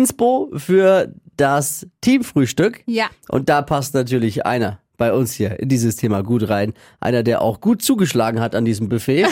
Inspo für das Teamfrühstück. Ja. Und da passt natürlich einer bei uns hier in dieses Thema gut rein. Einer, der auch gut zugeschlagen hat an diesem Buffet.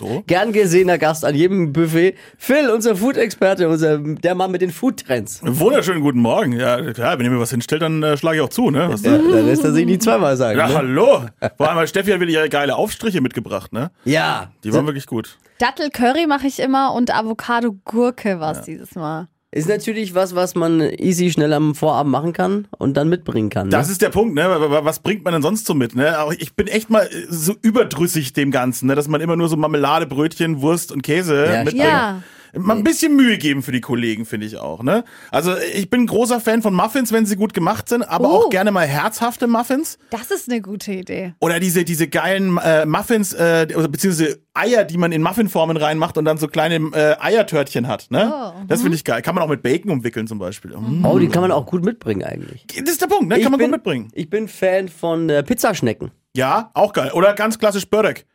So. Gern gesehener Gast an jedem Buffet. Phil, unser Food-Experte, unser, der Mann mit den Food-Trends. Wunderschönen guten Morgen. Ja, klar, wenn ihr mir was hinstellt, dann äh, schlage ich auch zu, ne? Was, Ja, dann lässt er sich nicht zweimal sagen. Ja, Ne? hallo. Vor allem, weil Steffi hat wieder ihre geile Aufstriche mitgebracht, ne? Ja, Die waren wirklich gut. Dattel-Curry mache ich immer und Avocado-Gurke war es dieses Mal. ist natürlich was, was man easy schnell am Vorabend machen kann und dann mitbringen kann. Ne? Das ist der Punkt, ne? W- w- Was bringt man denn sonst so mit, ne? Aber ich bin echt mal äh, so überdrüssig dem Ganzen, ne? Dass man immer nur so Marmelade, Brötchen, Wurst und Käse Ja, mitbringt. Ja. Mal ein bisschen Mühe geben für die Kollegen, finde ich auch, ne? Also, ich bin großer Fan von Muffins, wenn sie gut gemacht sind, aber Oh. auch gerne mal herzhafte Muffins. Das ist eine gute Idee. Oder diese, diese geilen äh, Muffins, äh, oder beziehungsweise Eier, die man in Muffinformen reinmacht und dann so kleine äh, Eiertörtchen hat. Ne? Oh, das finde ich geil. Kann man auch mit Bacon umwickeln zum Beispiel. Mhm. oh, den kann man auch gut mitbringen eigentlich. Das ist der Punkt, ne? Kann ich man bin, gut mitbringen. Ich bin Fan von äh, Pizzaschnecken. Ja, auch geil. Oder ganz klassisch Börek.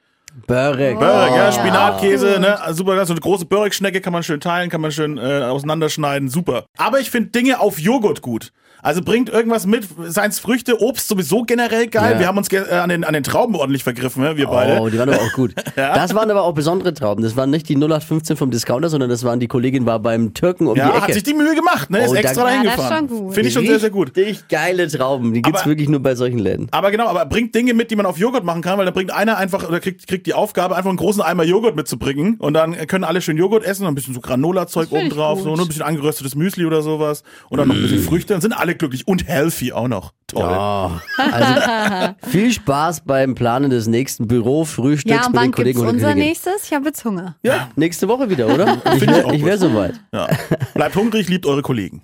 Börek. Börek, Oh. ja, Spinatkäse, ne? Also Super geil. So eine große Börek-Schnecke kann man schön teilen, kann man schön äh, auseinanderschneiden. Super. Aber ich finde Dinge auf Joghurt gut. Also bringt irgendwas mit, seins Früchte, Obst sowieso generell geil. Ja. Wir haben uns ge- äh, an, den, an den Trauben ordentlich vergriffen, ne? wir beide. Oh, die waren aber auch gut. Das waren aber auch besondere Trauben. Das waren nicht die 0815 vom Discounter, sondern das waren die Kollegin war beim Türken um Ja, die Ecke. hat sich die Mühe gemacht, ne? Ist Oh, danke. extra dahin Ja, das ist gefahren. schon gut. Finde ich schon sehr, sehr gut. Richtig geile Trauben. Die gibt's Aber- wirklich nur bei solchen Läden. Aber genau, aber bringt Dinge mit, die man auf Joghurt machen kann, weil dann bringt einer einfach oder kriegt, kriegt die Aufgabe, einfach einen großen Eimer Joghurt mitzubringen und dann können alle schön Joghurt essen und ein bisschen so Granola-Zeug find ich obendrauf, gut. so nur ein bisschen angeröstetes Müsli oder sowas und dann noch ein bisschen Mm. Früchte und sind alle glücklich und healthy auch noch. Toll. Also, viel Spaß beim Planen des nächsten Bürofrühstücks Ja, und mit den wann Kollegen gibt's und unser Kolleginnen. nächstes? Ich habe jetzt Hunger. Ja. Nächste Woche wieder, oder? Ich Finde ich wäre auch ich wär gut. soweit. ja. Bleibt hungrig, liebt eure Kollegen.